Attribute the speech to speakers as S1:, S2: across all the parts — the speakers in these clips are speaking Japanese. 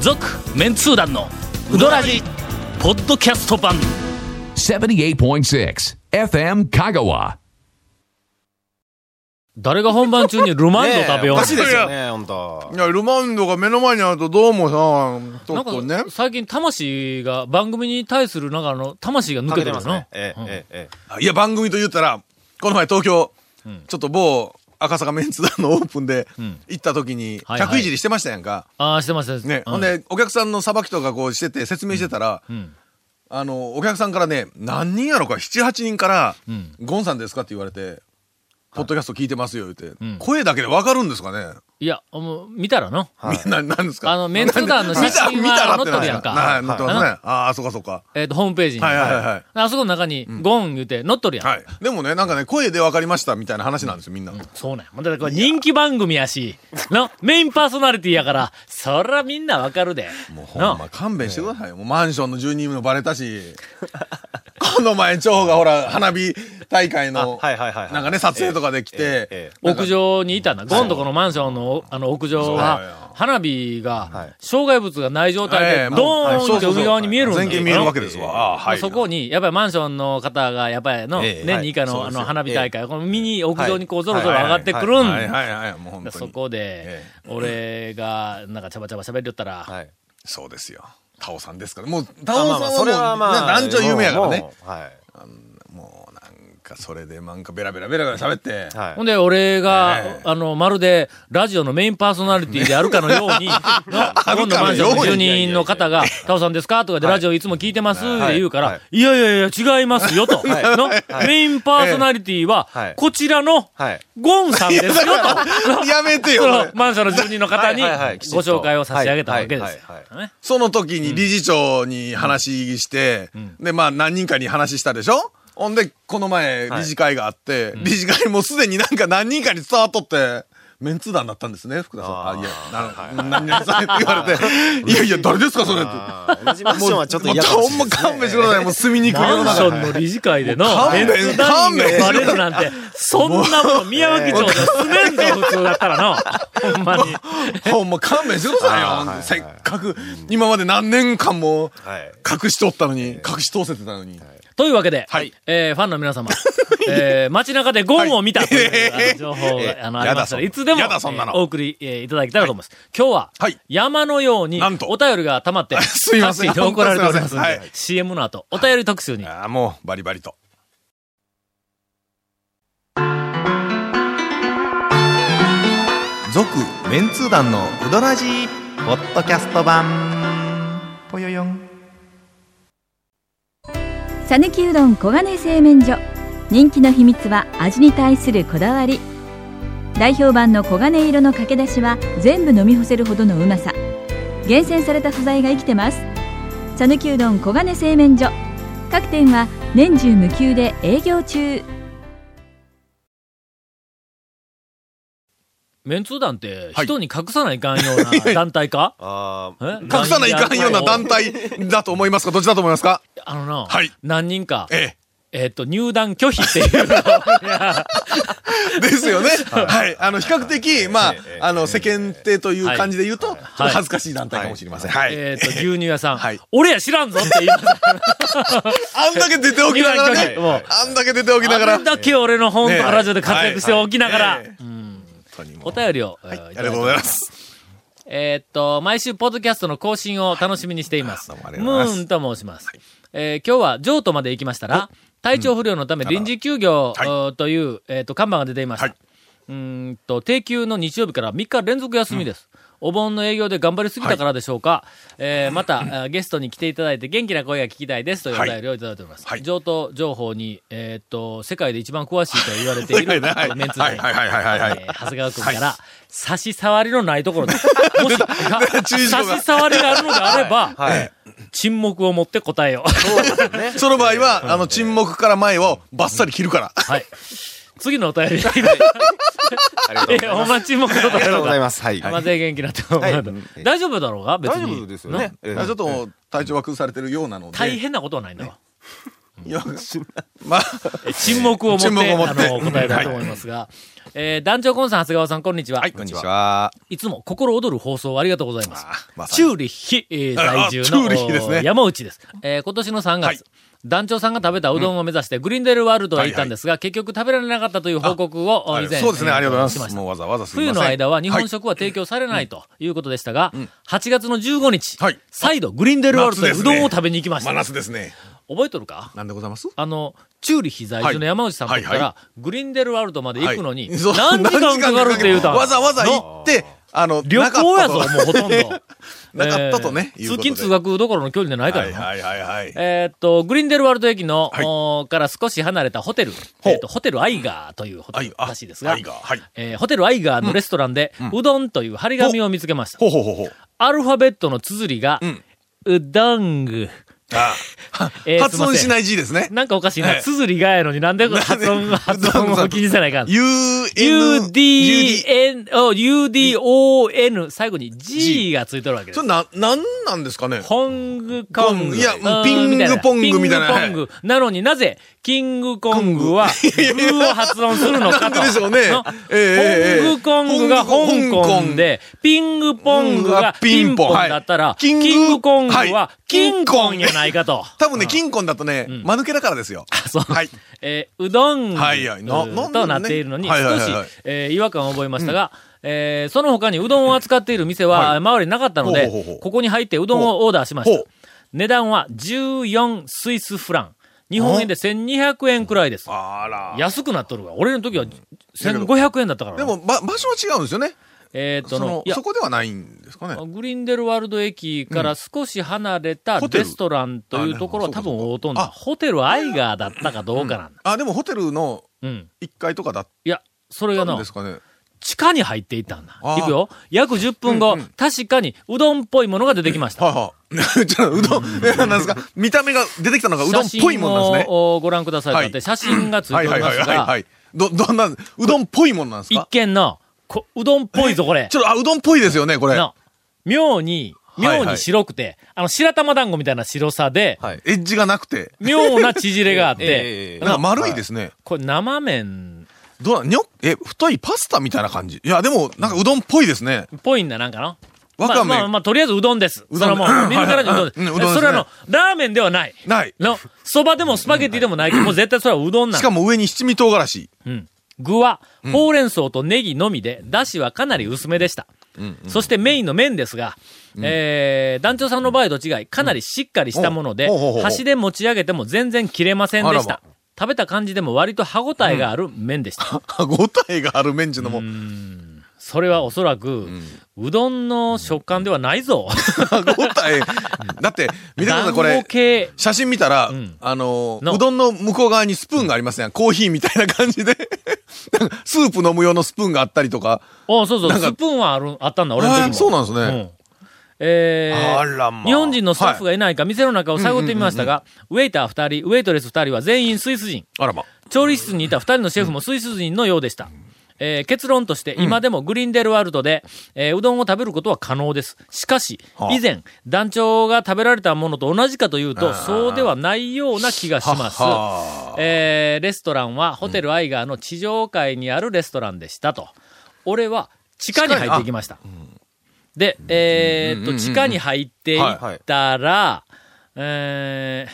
S1: 続メンツー団のウドラジポッドキャスト版
S2: 78.6 FM Kagawa.
S1: 誰が本番中にルマンド
S3: ねえ
S1: 食べよう
S3: おかしいですよ
S1: ね
S3: ね、本当
S4: い。や、ルマンドが目の前にあるとどうもさ、ちょ
S1: な
S4: っと
S1: んか。
S4: ね
S1: 最近魂が番組に対するなんかあの魂が抜
S3: か
S1: けて
S3: けて
S1: る
S3: ます
S1: の、
S3: ね。ええ、ええ、え
S4: いや、番組と言ったら、この前東京、ちょっと某赤坂メンツ団のオープンで行った時に、
S1: はいはい
S4: 客いじりしてましたやんか。
S1: ああしてます
S4: ね、
S1: うん
S4: ほんで、お客さんのさばきとかこうしてて説明してたら、
S1: ん
S4: あの、お客さんからね、何人やろか、7、8人から、
S1: ん
S4: ゴンさんですかって言われて、ポッドキャスト聞いてますよ、言って、
S1: ん
S4: 声だけでわかるんですかね、
S1: いやもう見たらの
S4: みんな、なんですか
S1: あのメンツ団の写真
S4: 見た
S1: は
S4: 見た
S1: 載っ
S4: ら
S1: とるやんか
S4: はい、載ってます
S1: は
S4: ね。ああ、そうかそうか。
S1: えっ、とホームページに、
S4: はいはいはい
S1: あそこの中にゴン言うて載っとるやん、
S4: はい。でもね、なんかね、声で分かりましたみたいな話なんですよ、みんな。
S1: そうなんや。もうだからこれ人気番組やし、の、メインパーソナリティやから、そらみんなわかるで。
S4: もうほん
S1: な
S4: ま勘弁してくださいよ。もうマンションの住人もバレたし、この前、長がほら、花火大会の、
S3: あはいはいはいはい
S4: なんかね、撮影とかで来
S3: ええ
S4: て、なんか
S1: 屋上にいたな。ゴンとこのマンションの、あの、屋上
S4: そうや
S1: は、花火
S3: は
S1: が
S3: い、
S1: 障害物がない状態
S4: ええ
S1: で、
S4: もう
S1: ド
S4: はい
S1: ーンって海側に見えるんだ
S4: 全
S1: よ
S4: 景見えるわけですわ。ああ
S1: まあ
S4: はい。
S1: そこに、やっぱりマンションの方が、やっぱりの、
S3: ええ
S1: 年に以下
S4: は
S1: の
S4: い
S1: あ
S4: そうです
S1: の
S4: よ
S1: 花火大会、このミニ屋上にこう、
S4: はい
S1: ぞろぞろ上がってくるん
S4: はい
S1: だ
S4: はいはい、もう本当
S1: そ
S4: に。
S1: こで
S4: え、
S1: 俺が、なんかちゃばちゃば喋りよった
S3: えは
S1: ら、
S3: い。
S4: そうですよ。タオさんですから。もう、タ
S3: あま
S4: オ
S3: あまあ
S4: さんはも、
S3: そうれはまあ、
S4: ななんちょ有名やからね
S3: も。う。はい。
S4: もうなんか、それでなんかベラベラベラベラ喋って、
S3: はい。
S1: ほんで、俺が、
S4: ええ
S1: あの、まるで、ラジオのメインパーソナリティであるかのよ うに、
S4: かの
S1: 今
S4: ように
S1: 度マンションの住人の方が、タオさんですかとかで、ラジオいつも聞いてますって言うか
S3: は
S1: ら
S3: い、
S1: いやいやいや、違いますよと。のメインパーソナリティは
S3: はい、
S1: こちらの
S3: はい、
S1: ゴンさんですよと。
S4: やめてよ
S1: そ
S4: こ
S1: の
S4: れ
S1: マンションの住人の方に
S3: はいはいはい
S1: ご紹介を差し上げたわけで
S3: はい
S1: す
S3: はいはい
S1: よ。ね
S4: その時に理事長に話して、で、まあ何人かに話したでしょほんで、この前、
S3: はい
S4: 理事会があって、理事会もすでになんか何人かに伝わっとって、メンツ団だったんですね、福田さん。あ
S3: あー
S4: いや、な、何々さんって言 われて、いやいや、誰ですか、それって。
S3: あー同じマンションはちょっと
S4: もう
S3: 嫌かもしれない
S4: ほん
S3: で
S4: ま
S3: ね。
S4: す勘弁してください。もう住みにくい世
S1: マ
S4: の
S1: ンショ
S4: 中。
S1: ンの理事会での、
S4: 勘弁
S1: メンツダニングがバレるなんて、そんなもの宮脇町で住めんぞ、普通だったらの。ほんまに。
S4: ほんま勘弁してくださいよ。
S3: あーはいはい
S4: せっかく、今まで何年間も
S3: はい
S4: 隠しとったのに、隠し通せてたのに。
S1: というわけで、
S4: はい
S1: えーファンの皆様、 えー街中でゴンを見たという、
S4: はい
S1: あの情報
S4: え
S1: が
S4: ー
S1: あのありましたら、
S4: やだそんない
S1: つでも、
S4: やだそんなの
S1: えーお送り、えーいただけたらと思います。今日は、
S4: はい
S1: 山のように
S4: なんと
S1: お便りが溜まって、
S4: すいません
S1: タクシーで怒られておりますので、
S4: 本当にすいませんはい
S1: CM の後、お便り特集に。
S4: ああ、もう、バリバリと。
S5: 続メンツー団のウドラジーポッドキャスト版ぽよよん
S6: さぬきうどん黄金製麺所人気の秘密は味に対するこだわり代表版の黄金色のかけだしは全部飲み干せるほどのうまさ厳選された素材が生きてますさぬきうどん黄金製麺所各店は年中無休で営業中
S1: メンツー団って、
S4: はい
S1: 人に隠さないかんような団体か
S3: あ
S1: え
S3: あ、
S4: 隠さないかんような団体だと思いますかどっちだと思いますか
S1: あのな、
S4: はい
S1: 何人か、
S4: え
S1: えっ、と、入団拒否っていうのをいや
S4: え。ですよね。はい。あの、比較的、まあ
S3: ええ、
S4: あの、世間体という感じで言うと、ちょっと
S1: はい
S4: 恥ずかしい団体かもしれません。はい。
S1: えっと、牛乳屋さん、
S4: はい
S1: 俺や知らんぞって言い ました。
S4: あんだけ出ておきながら
S1: 入
S4: ね
S1: 団拒否もう。
S4: あんだけ出ておきなが
S1: あ
S4: ら
S1: れ。だけ俺の本
S4: ね
S1: とラジオで活躍しておきながら、
S4: はいはい本当にもう
S1: お便りを、えー
S4: あ
S1: い
S4: り
S1: ただ
S4: がと
S1: いうて
S4: ございます。
S1: えーっと、毎週、ポッドキャストの更新を楽しみにしています。
S4: あどうもありがとう
S1: ム
S4: ございます
S1: ーンと申します。えー今日は譲渡まで行きましたら、体調不良のため臨時休業、
S4: ら
S1: おという、えーっと、看板が出ていました。
S4: はいう
S1: ーんと、定休の日曜日から3日連続休みです。お盆の営業で頑張りすぎたからでしょうか、えーまた、あーゲストに来ていただいて元気な声が聞きたいですというお便りをいただいております。
S4: はい
S1: 譲渡情報に、えーっと、世界で一番詳しいと言われ てい
S4: は
S1: る
S4: いはい
S1: メンツで
S4: はいはいはいはいはい
S1: えー長谷川君から、差し障りのないところで、 もし、
S4: 注意事
S1: 差
S4: 項が
S1: し障りがあるのであれば、
S3: はい。
S1: 沈黙を持って答えを。
S4: その場合は、あの、沈黙から前をバッサリ切るから。
S1: はい。次のお便り。
S3: ありがとうござい
S1: え、
S3: ます。
S1: お前沈黙と
S3: あり
S1: 答え
S3: がとう
S1: ろ
S3: ございうます。はい。
S1: か。
S3: は
S1: ま
S3: い
S1: ず元気になってもらうと
S3: はい
S1: 大丈夫だろうが別に。
S3: 大丈夫ですよね
S1: な。
S3: ええ
S4: ちょっと、体調が崩されてるようなので。
S1: 大変なことはないんだわ。
S4: よ まあ、
S1: え沈黙を持って、
S4: 沈黙を持って
S1: あの、答えたいと思いますが、えー団長コンさん、長谷川さん、こんにちは。
S4: はい、
S3: こんにち
S4: は。
S3: は。
S1: いつも心躍る放送をありがとうございます。
S4: まさ
S1: チ
S4: に
S1: ューリッヒえー在住
S4: あ
S1: の
S4: チューリッヒですね
S1: お山内です。えー今年の3月、
S4: はい
S1: 団長さんが食べたうどんを目指してグリーンデルワールドへ行ったんですが、結局食べられなかったという報告を
S4: は
S1: 以
S4: い
S1: 前
S4: そうですね、ありがとうご
S1: えーし
S4: ざ
S1: まし
S4: います。
S1: た
S4: もうわざわざすみま
S1: 冬
S4: せん。
S1: の間は日本
S4: はい
S1: 食は提供されないということでしたが、8月の15日、
S4: はい
S1: 再度グリーンデルワールドへうどんを食べに行きました。
S4: 真夏ですね。
S1: 覚えとるか
S4: なんでございます
S1: あの、チューリヒ在住の山内さんとから、
S4: はいはいは
S1: グリーンデルワールドまで行くのに、
S4: はい
S1: 何
S4: そう
S1: 時間かかるって言うたん
S4: わざわざ行って、あの、
S1: 旅行やぞ、もうほとんど。
S4: なかったとね
S1: えー
S4: いう
S1: 通
S4: ことで
S1: 勤通学どころの距離じゃない
S4: な
S1: か
S4: からった
S1: な。
S4: はいはいはいはい。
S1: えーっと、グリーンデルワールド駅の、
S4: はい
S1: おーから少し離れたホテル、
S4: ほう
S1: えーっと、ホテルアイガーというホテル
S4: あ
S1: らしいですが
S4: アイ、ガーはい。
S1: えーホテルアイガーのレストランで、うどんという張り紙を見つけました。
S4: ほうほうほうほう。
S1: アルファベットの綴りが、
S4: ん
S1: うどんぐ。
S4: あ
S1: えー
S4: 発音し
S1: い
S4: ない字ですね
S1: ません。。なんかおかしい
S4: は
S1: な。
S4: い
S1: 綴りがやのになんで発音、発音を気にせないかん。
S4: U, N,
S1: UD、N、お UDON、最後に G がついてるわけです
S4: それ。な、なんなんですかね
S1: ポングコング。
S4: いや
S1: うーん
S4: ピング
S1: みたいな
S4: ポングみたいな
S1: ピングポング。なのになぜ、キングコングは、グーを発音するのかと。
S4: なんででしょうね
S1: の
S4: ええ
S1: ポングコングが香港で、ピングポングがピンポンだったら、
S4: はい
S1: キ
S4: キ
S1: ン
S4: ング
S1: グコングは
S4: は、い
S1: キンコンやないか と。
S4: 多分ね、金婚だとね、間抜けだからですよ。
S1: そう。
S4: はい。
S1: えーうどん、
S4: はいはいななん
S1: となっているのに、
S4: はいはい
S1: 少
S4: は
S1: し
S4: いはい、
S1: えー違和感を覚えましたが、えーその他にうどんを扱っている店は、
S4: はい
S1: 周りになかったの
S4: ほうほうほう
S1: で
S4: ほ、う
S1: ここに入ってうどんをオーダーしまし
S4: ほ
S1: た
S4: う。
S1: 値段は14スイスフラン。日本円で1200円くらいです。
S4: あら。
S1: 安くなっとるわ。俺の時は1500円だったからな。
S4: でも、ば、場所は違うんですよね。
S1: えーっと
S4: そ
S1: の
S4: の
S1: い、や
S4: そこではないんですかね。
S1: グリーンデルワールド駅から少し離れた
S4: ホテル
S1: レストランというところは
S4: あ
S1: 多
S4: なる
S1: 分
S4: ほど
S1: オートン
S4: あ
S1: だ。ホテルアイガーだったかどうかなんだ。
S4: あ、でもホテルの
S1: うん。
S4: 1階とかだっ
S1: いや、それが
S4: たん
S1: な
S4: で、すかね。
S1: 地下に入っていったんだ。
S4: あー
S1: いくよ。約10分後、
S4: うんうん
S1: 確かにうどんっぽいものが出てきました。
S4: はい はい。ちょっとうどん、えなんですか見た目が出てきたのがうどんっぽいもんなん
S1: 写真
S4: ですね。
S1: をご覧くださいだって、
S4: はい
S1: 写真がつい
S4: は
S1: て
S4: い
S1: お
S4: は
S1: り
S4: い
S1: ま
S4: はい
S1: す
S4: はいは
S1: が、
S4: い。ど、どんな、うどんっぽいもんなんです
S1: 一
S4: か
S1: 見の、こうどんっぽいぞ、これ
S4: ち。ょっと、あ、うどんっぽいですよね、これ。
S1: の、妙に、
S4: はい
S1: 妙
S4: は
S1: に
S4: い
S1: 白くて、あの、白玉団子みたいな白さで、
S3: はい。
S4: エッジがなくて。
S1: 妙な縮れがあって、
S3: ええ
S4: なんか丸いですね。
S1: これ生麺
S4: どうなんにょえ、太いパスタみたいな感じ。いや、でも、なんかうどんっぽいですね。
S1: っぽいんだ、なんかの。
S4: わかめ
S1: まあまあ、まあ、とりあえずうどんです。
S4: うど
S1: そ
S4: ん
S1: れはも
S4: う
S1: う、
S4: ん
S1: 見るからにうどんです。
S4: はいはいうんうどんですね
S1: それはあの、ラーメンではない。
S4: ない。
S1: の、そばでもスパゲティでもない けど、もう絶対それはうどんな
S4: し
S1: の
S4: か。も上に七味唐辛子。
S1: うん具は、ほうれん草とネギのみで、だしはかなり薄めでした。そしてメインの麺ですが、えー、団長さんの場合と違い、かなりしっかりしたもので
S4: うんほうほうほう、ほう
S1: 箸で持ち上げても全然切れませんでし
S4: あら
S1: た。食べた感じでも割と歯応えがある麺でした。
S4: 歯応えがあるメンチのも。
S1: それはおそらく、うどんの食感ではないぞ。
S4: 歯応え。だって、見てください、こ
S1: 団
S4: れ
S1: 子。系。
S4: 写真見たら、
S1: ん
S4: あのー
S1: の
S4: うどんの向こう側にスプーンがありますやん。コーヒーみたいな感じで。なんかスープ飲む用のスプーンがあったりとか。
S1: おそうそう、
S4: なんか
S1: スプーンはある、あったんだ、俺の時
S4: あー
S1: も。
S4: そうなんですね
S1: んえー
S3: あらまあ
S1: 日本人のスタッフがいないか、店の中を探ってみましたが、ウェイター2人、ウェイトレス2人は全員スイス人。
S4: あらま。
S1: 調理室にいた2人のシェフもスイス人のようでした。えー結論として、今でもグリーンデルワールドで、えーうどんを食べることは可能です。しかし、以前、団長が食べられたものと同じかというと、そうではないような気がします。えーレストランはホテルアイガーの地上階にあるレストランでしたと。俺は地下に入っていきました。で、えーっと、地下に入っていったら、え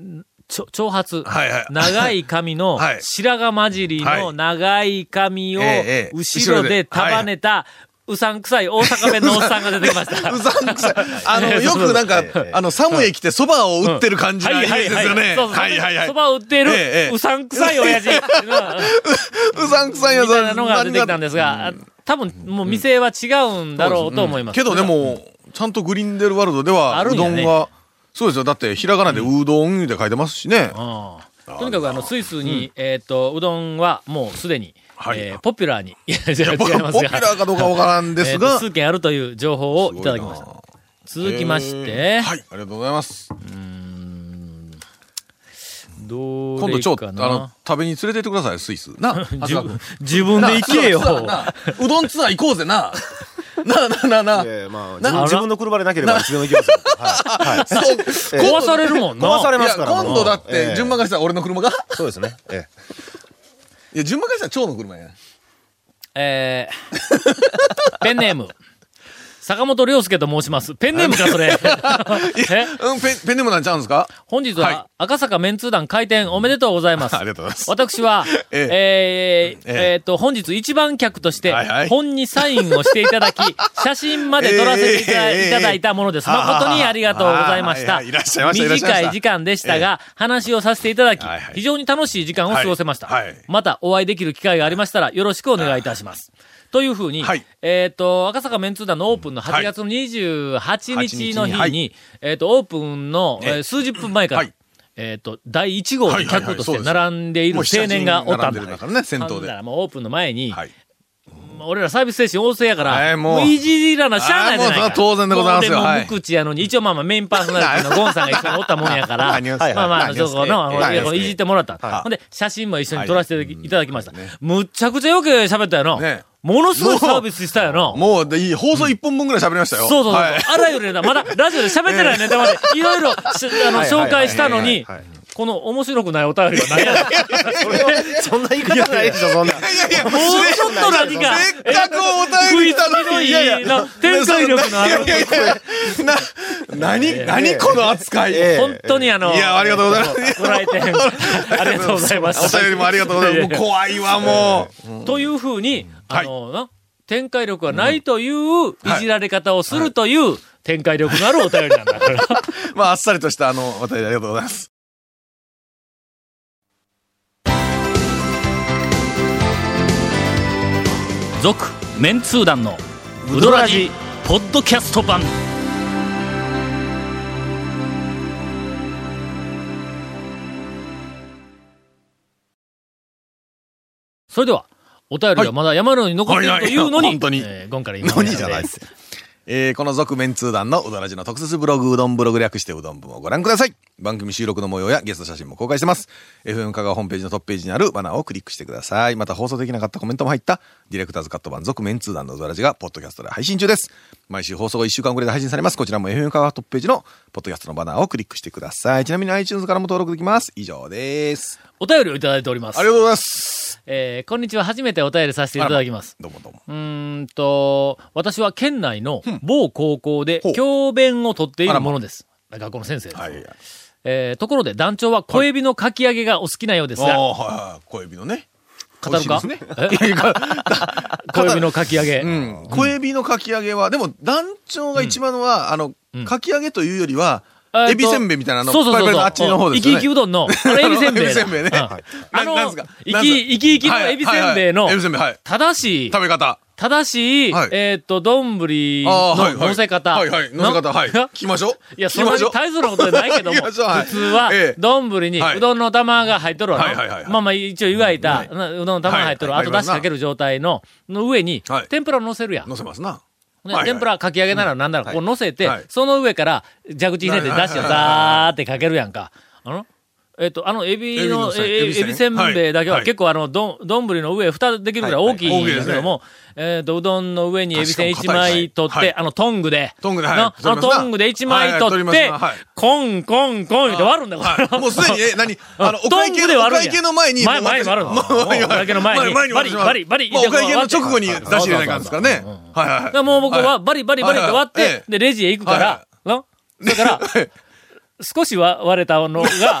S1: ーちょ長髪、
S4: はいはい
S1: 長い髪の
S4: はい
S1: 白髪混じりの長い髪を
S4: ええええ
S1: 後ろで束ねたうさんくさい大阪弁のおっさんが出てきました。
S4: うさんくさい。あ の、
S1: ええ
S4: よくなんか
S3: そうそう、
S4: あの、寒い来て蕎麦を打ってる感じがいいですよね。
S1: そうそう。
S4: はいはいはい
S1: そ。ばを売っている
S4: ええええ
S1: うさんくさい親父。
S4: うさんくさいや
S1: み
S4: つ
S1: たいなのが出てきたんですが、多分もう店は違うんだろうと思います。
S4: けどでも、ちゃんとグリンデルワールドでは、
S1: ある
S4: うんど
S1: やね
S4: んが、そうですよ。だって、ひらがなでうどんって書いてますしね。
S1: うん、とにかくあのスイスに、えーっとうどんはもうすでに、
S4: はい
S1: えーポピュラーに いや違
S4: いや
S1: う
S4: ポ
S1: 違いますが
S4: ポピュラーかどうかわからんです
S1: えーっと
S4: が。
S1: 数件あるという情報をいただきました
S4: すごいな
S1: 続きまして、
S4: えーはい、ありがとうございます。
S1: ど
S4: 今
S1: れ
S4: 度ちょっと
S1: か
S4: あの
S1: な
S4: 食べに連れてってく ださいスイスな
S1: 自分自分で行けよ
S4: ななうどんツアー行こうぜななあなあなあなあ
S3: いやいやまあ、
S4: な
S3: 自分自分の車でなければいつでも行きますよ。 はい。はい。
S4: そう
S1: 壊されるもんな。
S3: 壊され
S4: い
S3: ま
S4: や
S3: すから。
S4: 今度だっ
S3: え
S4: て
S3: え
S4: 順番返したら俺の車が
S3: そうですね。え
S4: いや順番返したら蝶の車や
S1: えーペンネーム。坂本良介と申します。ペンネームか、それ。え
S4: うんペンペンネームなんちゃうんですか
S1: 本日
S4: はい
S1: は赤坂メンツー団開店おめでとうございます。
S4: ありがとうございます
S1: 私 は、えー
S4: え
S1: えーっと、本日一番客として
S4: はいは、い
S1: 本にサインをしていた だき、写真まで撮らせていた,、
S4: ええ
S1: いただいたものです。誠にありがとうございました。
S4: あー はいはいいらっしゃいましたいらっしゃいま
S1: 短
S4: した
S1: い時間でしたが、話をさせていただき、
S4: はいはい
S1: 非常に楽しい時間を過ごせました、
S4: はいはい
S1: またお会いできる機会がありましたら、よろしくお願いいたします。というふうに、
S4: はい
S1: えーっ、と、赤坂メンツー団のオープンの8月の28日の日に、えっ、と、オープンの、えー数十分前から、
S4: はい
S1: えっ、と、第1号の客として
S4: はいはいはい
S1: 並んでいる
S4: も
S1: 青
S4: う7
S1: 年がおったんだ。
S4: 並んでるからね先頭
S1: ほん
S4: で
S1: ならもうオープンの前に、
S4: はい
S1: 俺らサービス精神旺盛やから、
S4: はいもう
S1: いじらなしゃあないじゃないか
S4: あーもうそれは当然でございますよ
S1: もう
S4: はい
S1: も無口やのに、一応まあまあメインパーソナリティのゴンさんが一緒におったもんやから、
S4: 何をして
S1: まあまあ、
S4: 何
S1: そ
S4: をして
S1: この、
S4: 何をして
S1: いやいじってもらった。
S4: はい
S1: ほんで、写真も一緒に撮らせていただきました。
S4: はい
S1: むっちゃくちゃよく喋ったやろ、
S4: ね
S1: ものすごいサービスしたやろ
S4: もうでいい放送一本分ぐらい喋りましたよ、
S1: そうそうそう。
S4: はい
S1: あらゆるネタ、まだラジオで喋ってないネタまで、いろいろし、あの、紹介したのに、この面白くないお便りは何やろ
S3: え。 そんな言い方ないでしょ、そんな。
S1: もうちょっと何か、
S4: せっかくお
S1: 食
S4: 便り
S1: い
S4: 来た
S1: つき
S4: の
S1: の
S4: にいやいや
S1: いいな、展開力のある
S4: い。やいやいやな何何この扱い、
S3: ええ
S1: 本当にあの、
S4: いやありがとうございます
S1: ご来店、ありがとうございま
S4: お便り
S1: す。
S4: もありがとう ございますもう怖いわもう、
S1: というふうに、あの、な展開力がないという、いじられ方をするという、展開力のあるお便りなんだから。
S4: まああっさりとしたあのお便りありがとうございます
S1: 続メンツー団のウドラジポッドキャスト版それではお便りがまだ山のように残っている
S4: はい
S1: というのに、
S4: はい本当に
S1: えーゴンから今
S4: 何じゃないですえーこの続面通談のうどらじの特設ブログうどんブログ略してうどん部もご覧ください番組収録の模様やゲスト写真も公開してます FM 香川ホームページのトップページにあるバナーをクリックしてくださいまた放送できなかったコメントも入ったディレクターズカット版続面通談のうどらじがポッドキャストで配信中です毎週放送が1週間遅れで配信されますこちらも FM 香川トップページのポッドキャストのバナーをクリックしてくださいちなみに iTunes からも登録できます以上です
S1: お便りをいただいております
S4: ありがとうございます
S1: えーこんにちは初めてお便りさせていただきます
S4: どうもどうも
S1: うーんと私は県内の某高校で
S4: ほう
S1: 教鞭を取ってい
S4: あ
S1: る
S4: らま
S1: ものです学校の先生です、
S4: はい
S1: えーところで団長は小エビのかき揚げがお好きなようです
S4: あ
S1: が、
S4: あはいはい小指のね
S1: 語るか
S4: 美味しいですね
S1: え小指のかき揚げ。
S4: うん、小エビのかき揚げは、でも団長が一番のは、あの、かき揚げというよりは、
S1: えーと
S4: エビせんべいみたいなあの、
S1: そうそう
S4: パ
S1: そ
S4: リ
S1: う
S4: パ
S1: そ
S4: リ
S1: う。
S4: のあっちの方です
S1: うん
S4: よ
S1: 生き生きう
S4: ね。
S1: どんの、あれ エビせんべいだ。
S4: エビせんべいね
S1: うん
S4: はい
S1: あ
S4: ななん
S1: の
S4: すか、
S1: 生
S4: なんすか
S1: き、生き生きのエビせんべいの
S4: はいはいはいエビせんべいはい、
S1: 正しい、
S4: 食べ方。
S1: 正しい
S4: はい、
S1: えーっと、丼
S4: あーはい
S1: の
S4: はい
S1: 乗せ方。
S4: はいはい、乗せ
S1: な
S4: 方、はい。聞きましょう。
S1: いや、
S4: 聞
S1: そ
S4: き
S1: んな
S4: ましょ
S1: に
S4: う。
S1: 大層なことはないけども、
S4: 聞きましょうはい
S1: 普通は
S4: ええ、
S1: 丼に
S4: はいう
S1: どんの玉が入っとるわな
S4: はいはいはいはい
S1: まあまあ、一応湯がいた、
S4: はい
S1: なうどんの玉が入っとる、
S4: は
S1: あ
S4: いはい
S1: と出汁かける状態の、の上に
S4: は、い
S1: 天ぷらを乗せるやん
S4: 乗。せますな。
S1: ね
S4: はいはい
S1: 天ぷらかき揚げならなんなら、こう乗せて、
S4: はい
S1: その上から蛇口入れて出汁をザーってかけるやんか。あのえっと、あの、エビ
S4: エビ
S1: の
S4: の、せん
S1: ええ
S4: エビせん
S1: エビせんべいだけは
S4: はい
S1: 結構あの、どん、どんぶりの上、蓋できるぐらい大きいんだけども、えっと、うどんの上にエビせん
S4: 確
S1: 1
S4: かに硬い
S1: 枚取って、
S4: はい
S1: あの、トングで、
S4: トングではい
S1: のあ
S4: 取
S1: の
S4: りますな
S1: トングで1枚
S4: はいはい
S1: 取っ
S4: 取ります
S1: て
S4: なはい、
S1: コンコンコンって割るんだ、これ
S4: はい。もうすでに、え、何あの、お
S1: ト
S4: 会
S1: ン
S4: 計
S1: グで
S4: の、お
S1: 割るん
S4: 会
S1: や
S4: 計の前に。
S1: 前前に割るの
S4: まあまあ
S1: お会計の前に
S4: 前に割
S1: バリバリバ
S4: ま
S1: リ
S4: あお会計の直後に出
S1: そう
S4: し
S1: そうそう
S4: 入れないからですからね。はいはい
S1: だ
S4: は
S1: から
S4: い。
S1: もう僕は
S4: はい、
S1: バリバリバリって割って、
S4: はいはいええ
S1: で、レジへ行くから、
S4: は
S1: なだから、少しは割れたのが、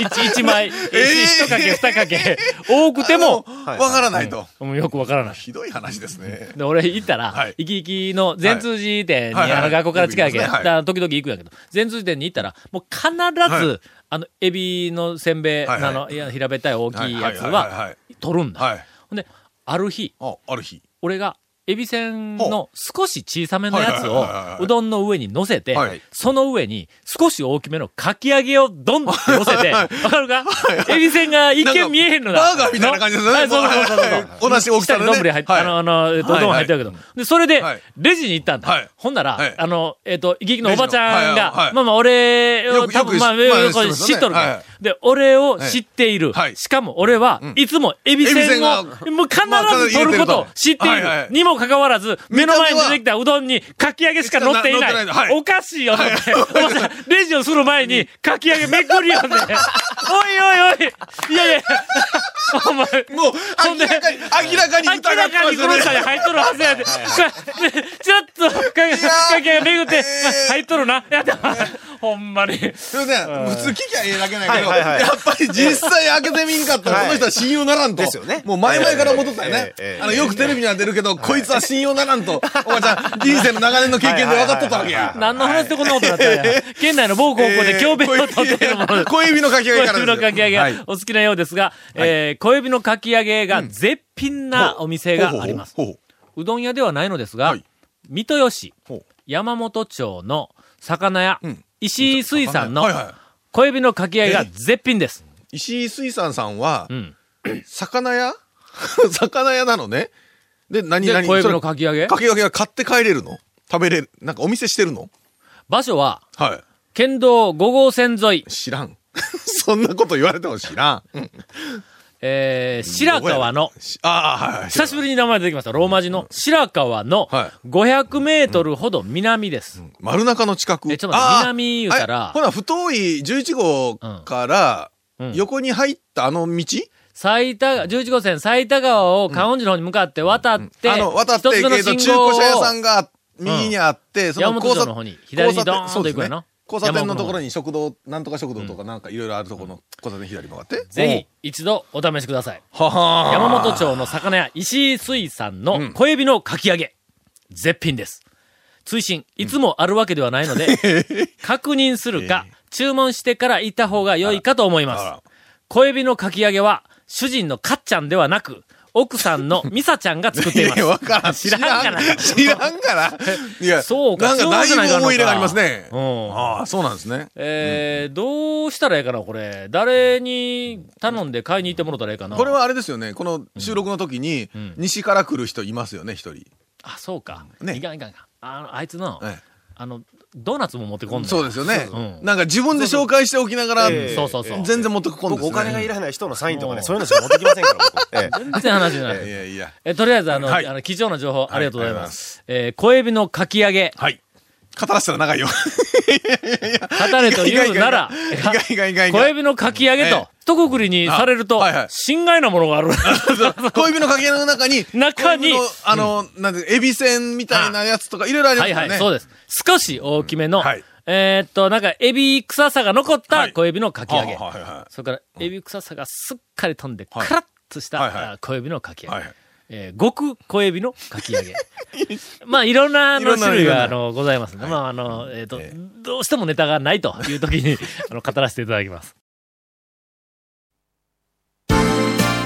S1: 一一枚、一一かけ二かけ、多くても、
S4: わからないと。
S1: もうよくわからない。
S4: ひどい話ですね。
S1: で、俺行ったら、
S4: はい
S1: 行き行きの善通寺店に、
S4: はいはい
S1: あの、学校から近いわけ、
S4: よく行きますね
S1: だ時々行くんやけど、善通寺店に行ったら、もう必ず、
S4: はい
S1: あの、エビのせんべい、
S4: はいはい
S1: あの、いや平べったい大きいやつ
S4: はいはいはいは、
S1: はい取るんだ。
S4: はい。
S1: ほんで、ある日、
S4: あ、ある日。
S1: 俺が、エビせんの
S4: ほ
S1: 少し小さめのやつを
S4: はいはいはいはいは、いう
S1: どんの上に乗せて
S4: はい、
S1: その上に少し大きめのかき揚げをドンって乗せて、わかるかエビせんが一見見えへんのだ。
S4: バーガーみたいな感じですよね
S1: はいそうそうそう
S4: もう
S1: そう。
S4: はい同じ大きさ
S1: 下
S4: で
S1: に
S4: ね
S1: 丼入って、
S4: はい
S1: あの、あの、えっと
S4: はい
S1: 丼入ってるけど。で、それで
S4: はい、
S1: レジに行ったん
S4: は
S1: だ
S4: い。
S1: ほんな
S4: は
S1: ら
S4: い、
S1: あの、えっと、イギギのおばちゃん
S4: レジのは
S1: が
S4: いは、い
S1: まあまあ、俺
S4: よ
S1: を
S4: く
S1: 多分、
S4: よく
S1: まあ、
S4: まあ
S1: よく
S4: 知ってます
S1: 知
S4: ね
S1: っとるか
S4: は
S1: ら
S4: い。
S1: で、俺を知っている。
S4: はい
S1: しかも俺は
S4: ん、
S1: いつもエビせんを、
S4: エビ
S1: もう必
S4: まあ必
S1: ず
S4: ず
S1: 取
S4: 入れ
S1: るこ
S4: てると
S1: とを知っている。
S4: はいはい
S1: にもかかわらず、目
S4: 見た
S1: の
S4: 目
S1: 前
S4: は
S1: に出てきたうどんに、かき揚げしか乗っていな
S4: し
S1: い。
S4: かな乗ってないはい
S1: おかしいよ、だって。お前、レジをする前に、かき揚げめくりよ ね。おいおいおい。いやいや、お前、
S4: もう、
S1: ほん
S4: 明
S1: で
S4: らかに、明らかに疑っ
S1: 明
S4: て
S1: らか
S4: ま
S1: に
S4: す
S1: こ
S4: よ
S1: の
S4: ね。
S1: 下に入っとるはずやで。これでちょっと、かかき揚げめぐって、まあ入っとるな。やだ、ほんまに。
S4: すいません、普通聞きゃええだけないけど、
S3: はいはいはい
S4: やっぱり実際開けてみんかったら、
S3: はい
S4: この人は信用ならんと。
S3: ですよね
S4: もう前々から思っとったよね
S3: えええええ。え
S4: あの、よくテレビには出るけど、こいつは信用ならんと。おばちゃん、人生の長年の経験で分かっとったわけや。
S1: 何の話でこんなことになったんや。県内の某高校で教鞭を取っているものです。
S4: 小指のかき揚げ
S1: 小
S4: から
S1: 指のかき揚げ
S4: はい
S1: がお好きなようですが、えー小指のかき揚げが絶品なお店があります。
S4: ほうほうほう
S1: うどん屋ではないのですが
S4: はい、
S1: 三豊市
S4: ほう、
S1: 山本町の魚屋
S4: うん、
S1: 石井水産の
S4: はいはい
S1: 小指のかき揚げが絶品です。
S4: 石井水産さんは
S1: う、ん。
S4: 魚屋 魚屋なのね。で、何
S1: で、
S4: 々
S1: 小指
S4: それ
S1: のかき揚げ
S4: かき揚げは買って帰れるの食べれるなんかお店してるの
S1: 場所は、
S4: はい。
S1: 県道5号線沿い、
S4: 知らん。 そんなこと言われても知らん。うん
S1: えー白川の、。
S4: しああ、はいはい。
S1: 久しぶりに名前出てきました、ローマ字の白川の
S4: は
S1: 500メートルほど南です。
S4: 丸中の近く。
S1: えちょっと待って
S4: ああ
S1: 南言うたら
S4: あほら、太い11号から
S1: うん
S4: 横に入ったあの道
S1: 埼玉、11号線埼玉川を観音寺の方に向かって渡って、
S4: あの、渡って、
S1: 一
S4: え
S1: つ目の
S4: っと、
S1: 信
S4: 中
S1: 号を
S4: 古車屋さんが右にあって、その
S1: 山本
S4: 交
S1: 町
S4: 差
S1: の方に、左にドーンと行くやな。
S4: 交差点
S1: 山
S4: の
S1: 奥
S4: ところ
S1: に。
S4: に食堂、なんとか食堂とかなんかいろいろあるところの交差点左曲がって。
S1: ぜひ、一度お試しください。
S4: ひ。ははー
S1: 山本町の魚屋石井水産の小エビのかき揚げ、絶品です追伸いつもあるわけではないの で、確認するか、注文してから行った方が良いかと思い
S4: あ
S1: ま
S4: ら
S1: す小エビのかき揚げは主人のかっちゃんではなく奥さ んのミサちゃんが作っていま
S4: いや、わ
S1: す
S4: からん。
S1: 知らんから
S4: 知らんから。いや、
S1: そうか
S4: なんかだいぶ思い入れがありますね。
S1: うん
S4: ああ、そうなんですね。
S1: えー、どうしたらええかなこれ誰に頼んで買いに行ってもらったらええかな
S4: これはあれですよね。この収録の時に
S1: ん、
S4: 西から来る人いますよね、一人。
S1: あそうか、
S4: ね
S1: いかんいかんいかんあのあいつの、
S4: ええ
S1: あのドーナツも持ってこんの
S4: そうですよね
S1: うん。
S4: なんか自分で紹介しておきながら、
S3: ええ
S1: そうそうそう
S4: 全然持ってこんです
S3: 僕
S4: ね
S3: お金がいらない人のサインとか
S1: う
S3: ね、
S1: ん
S3: そういうのしか持ってきませんから、僕。ええ
S1: 全然話に ならない
S4: いやいや。
S1: え、とりあえず、あの、
S4: はい
S1: あの、貴重な情報、ありがとうござい
S4: ありがとうござい
S1: ま。
S4: ます
S1: えー小エビのかき揚げ、
S4: はい。語らせたら長 いよ。
S1: 語れというなら、
S4: 意外意外意外意外
S1: 小エビのかき揚げ
S4: え
S1: と
S4: え、
S1: 一括りにされると
S4: あはいはい、
S1: 心外なものがあ る。
S4: 小指のかけらの中に、
S1: 中に
S4: 小指のあの、なんて、エビせんみたいなやつとか、いろいろありま
S1: はい
S4: すよ
S1: は
S4: ね。
S1: い、そうです。少し大きめの
S4: はい、
S1: えーっと、なんか、エビ臭さが残った
S4: はい
S1: 小エビのかき揚げ
S4: は。あはいは
S1: それから、エビ臭さがすっかり飛んで、カ
S4: はい
S1: ラッとし
S4: はいはい
S1: たあ小エビのかき
S4: い
S1: 揚
S4: は
S1: げ
S4: い。。はい。
S1: えー極小エビのかき揚 げ。まあ、いろんなあ
S4: い
S1: の
S4: ろんな
S1: 種類
S4: い
S1: が
S4: ろ
S1: あ
S4: んな
S1: のございますね。まあ、あの、えっ、と、どうしてもネタがないという時 にあの語らせていただきます。